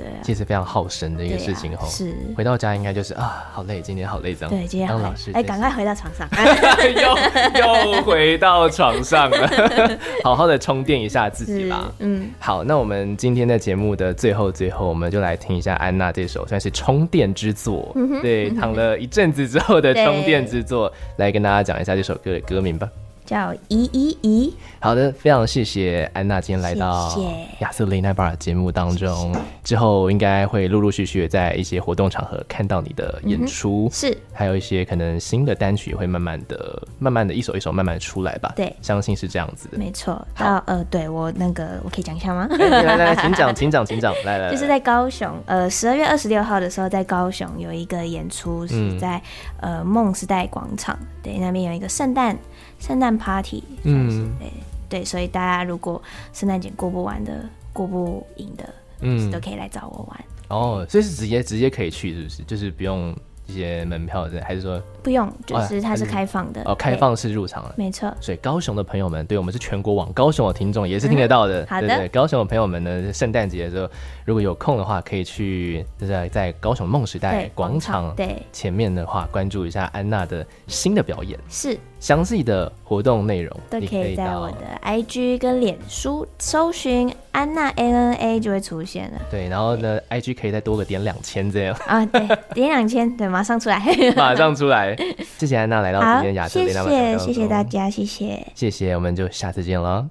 B: 对啊，
A: 其实非常耗神的一
B: 对
A: 个
B: 啊
A: 事情吼。
B: 是，
A: 回到家应该就是啊，好累，今天好累这样。
B: 对，接下
A: 当
B: 来
A: 老师真
B: 哎，
A: 是
B: 赶快回到床 上，哎
A: 又又回到床上了， 好好的充电一下自己
B: 是
A: 吧。，
B: 嗯，
A: 好，那我们今天在节目的最后最后，我们就来听一下安娜这首算是充电之作，
B: 嗯
A: 对，躺了一阵子之后的充电之作，来跟大家讲一下这首歌的歌名吧。
B: 叫咦咦咦，
A: 好的，非常谢谢安娜今天来到
B: 谢谢
A: 亚瑟雷奈巴尔节目当中，之后应该会陆陆续续地在一些活动场合看到你的演出，
B: 是
A: 还有一些可能新的单曲也会慢慢的、慢慢的一首一首慢慢地出来吧。
B: 对
A: 相信是这样子的。哎
B: 没错。到呃，对我那个我可以讲一下吗？
A: 来来来，请讲，请讲，请讲，来来，来
B: 就是在高雄，呃，十二月二十六号的时候，在高雄有一个演出
A: 嗯
B: 是在、呃梦时代广场，对，那边有一个圣诞圣诞 party，
A: 嗯
B: 对，所以大家如果圣诞节过不完的、过不赢的，
A: 嗯
B: 都可以来找我玩。
A: 哦，所以是直接直接可以去，是不是？就是不用一些门票之类，还是说
B: 不用，就
A: 哎
B: 是它是
A: 嗯
B: 开放的，
A: 哦开
B: 对，
A: 放式入场了？
B: 没错，
A: 所以高雄的朋友们，对我们是全国网，高雄的听众也是听得到的。
B: 嗯好的
A: 对对对高雄的朋友们呢，圣诞节的时候如果有空的话，可以去就是在高雄梦时代
B: 对，
A: 广场
B: 对，
A: 前面的话，关注一下安娜的新的表演，
B: 是
A: 详细的活动内容
B: 都
A: 你
B: 可以在
A: 到
B: 我的 IG 跟脸书搜寻安娜 A N A 就会出现了
A: 对，然后呢，IG 可以再多个点两千这样，
B: 啊，对，点两千，对，马上出来。
A: 马上出 来。谢谢安娜来到今
B: 好
A: 天亚，洲
B: 谢
A: 琳娜马上
B: 谢
A: 到
B: 谢谢大
A: 中，
B: 家，谢谢。
A: 谢谢，我们就下次见了。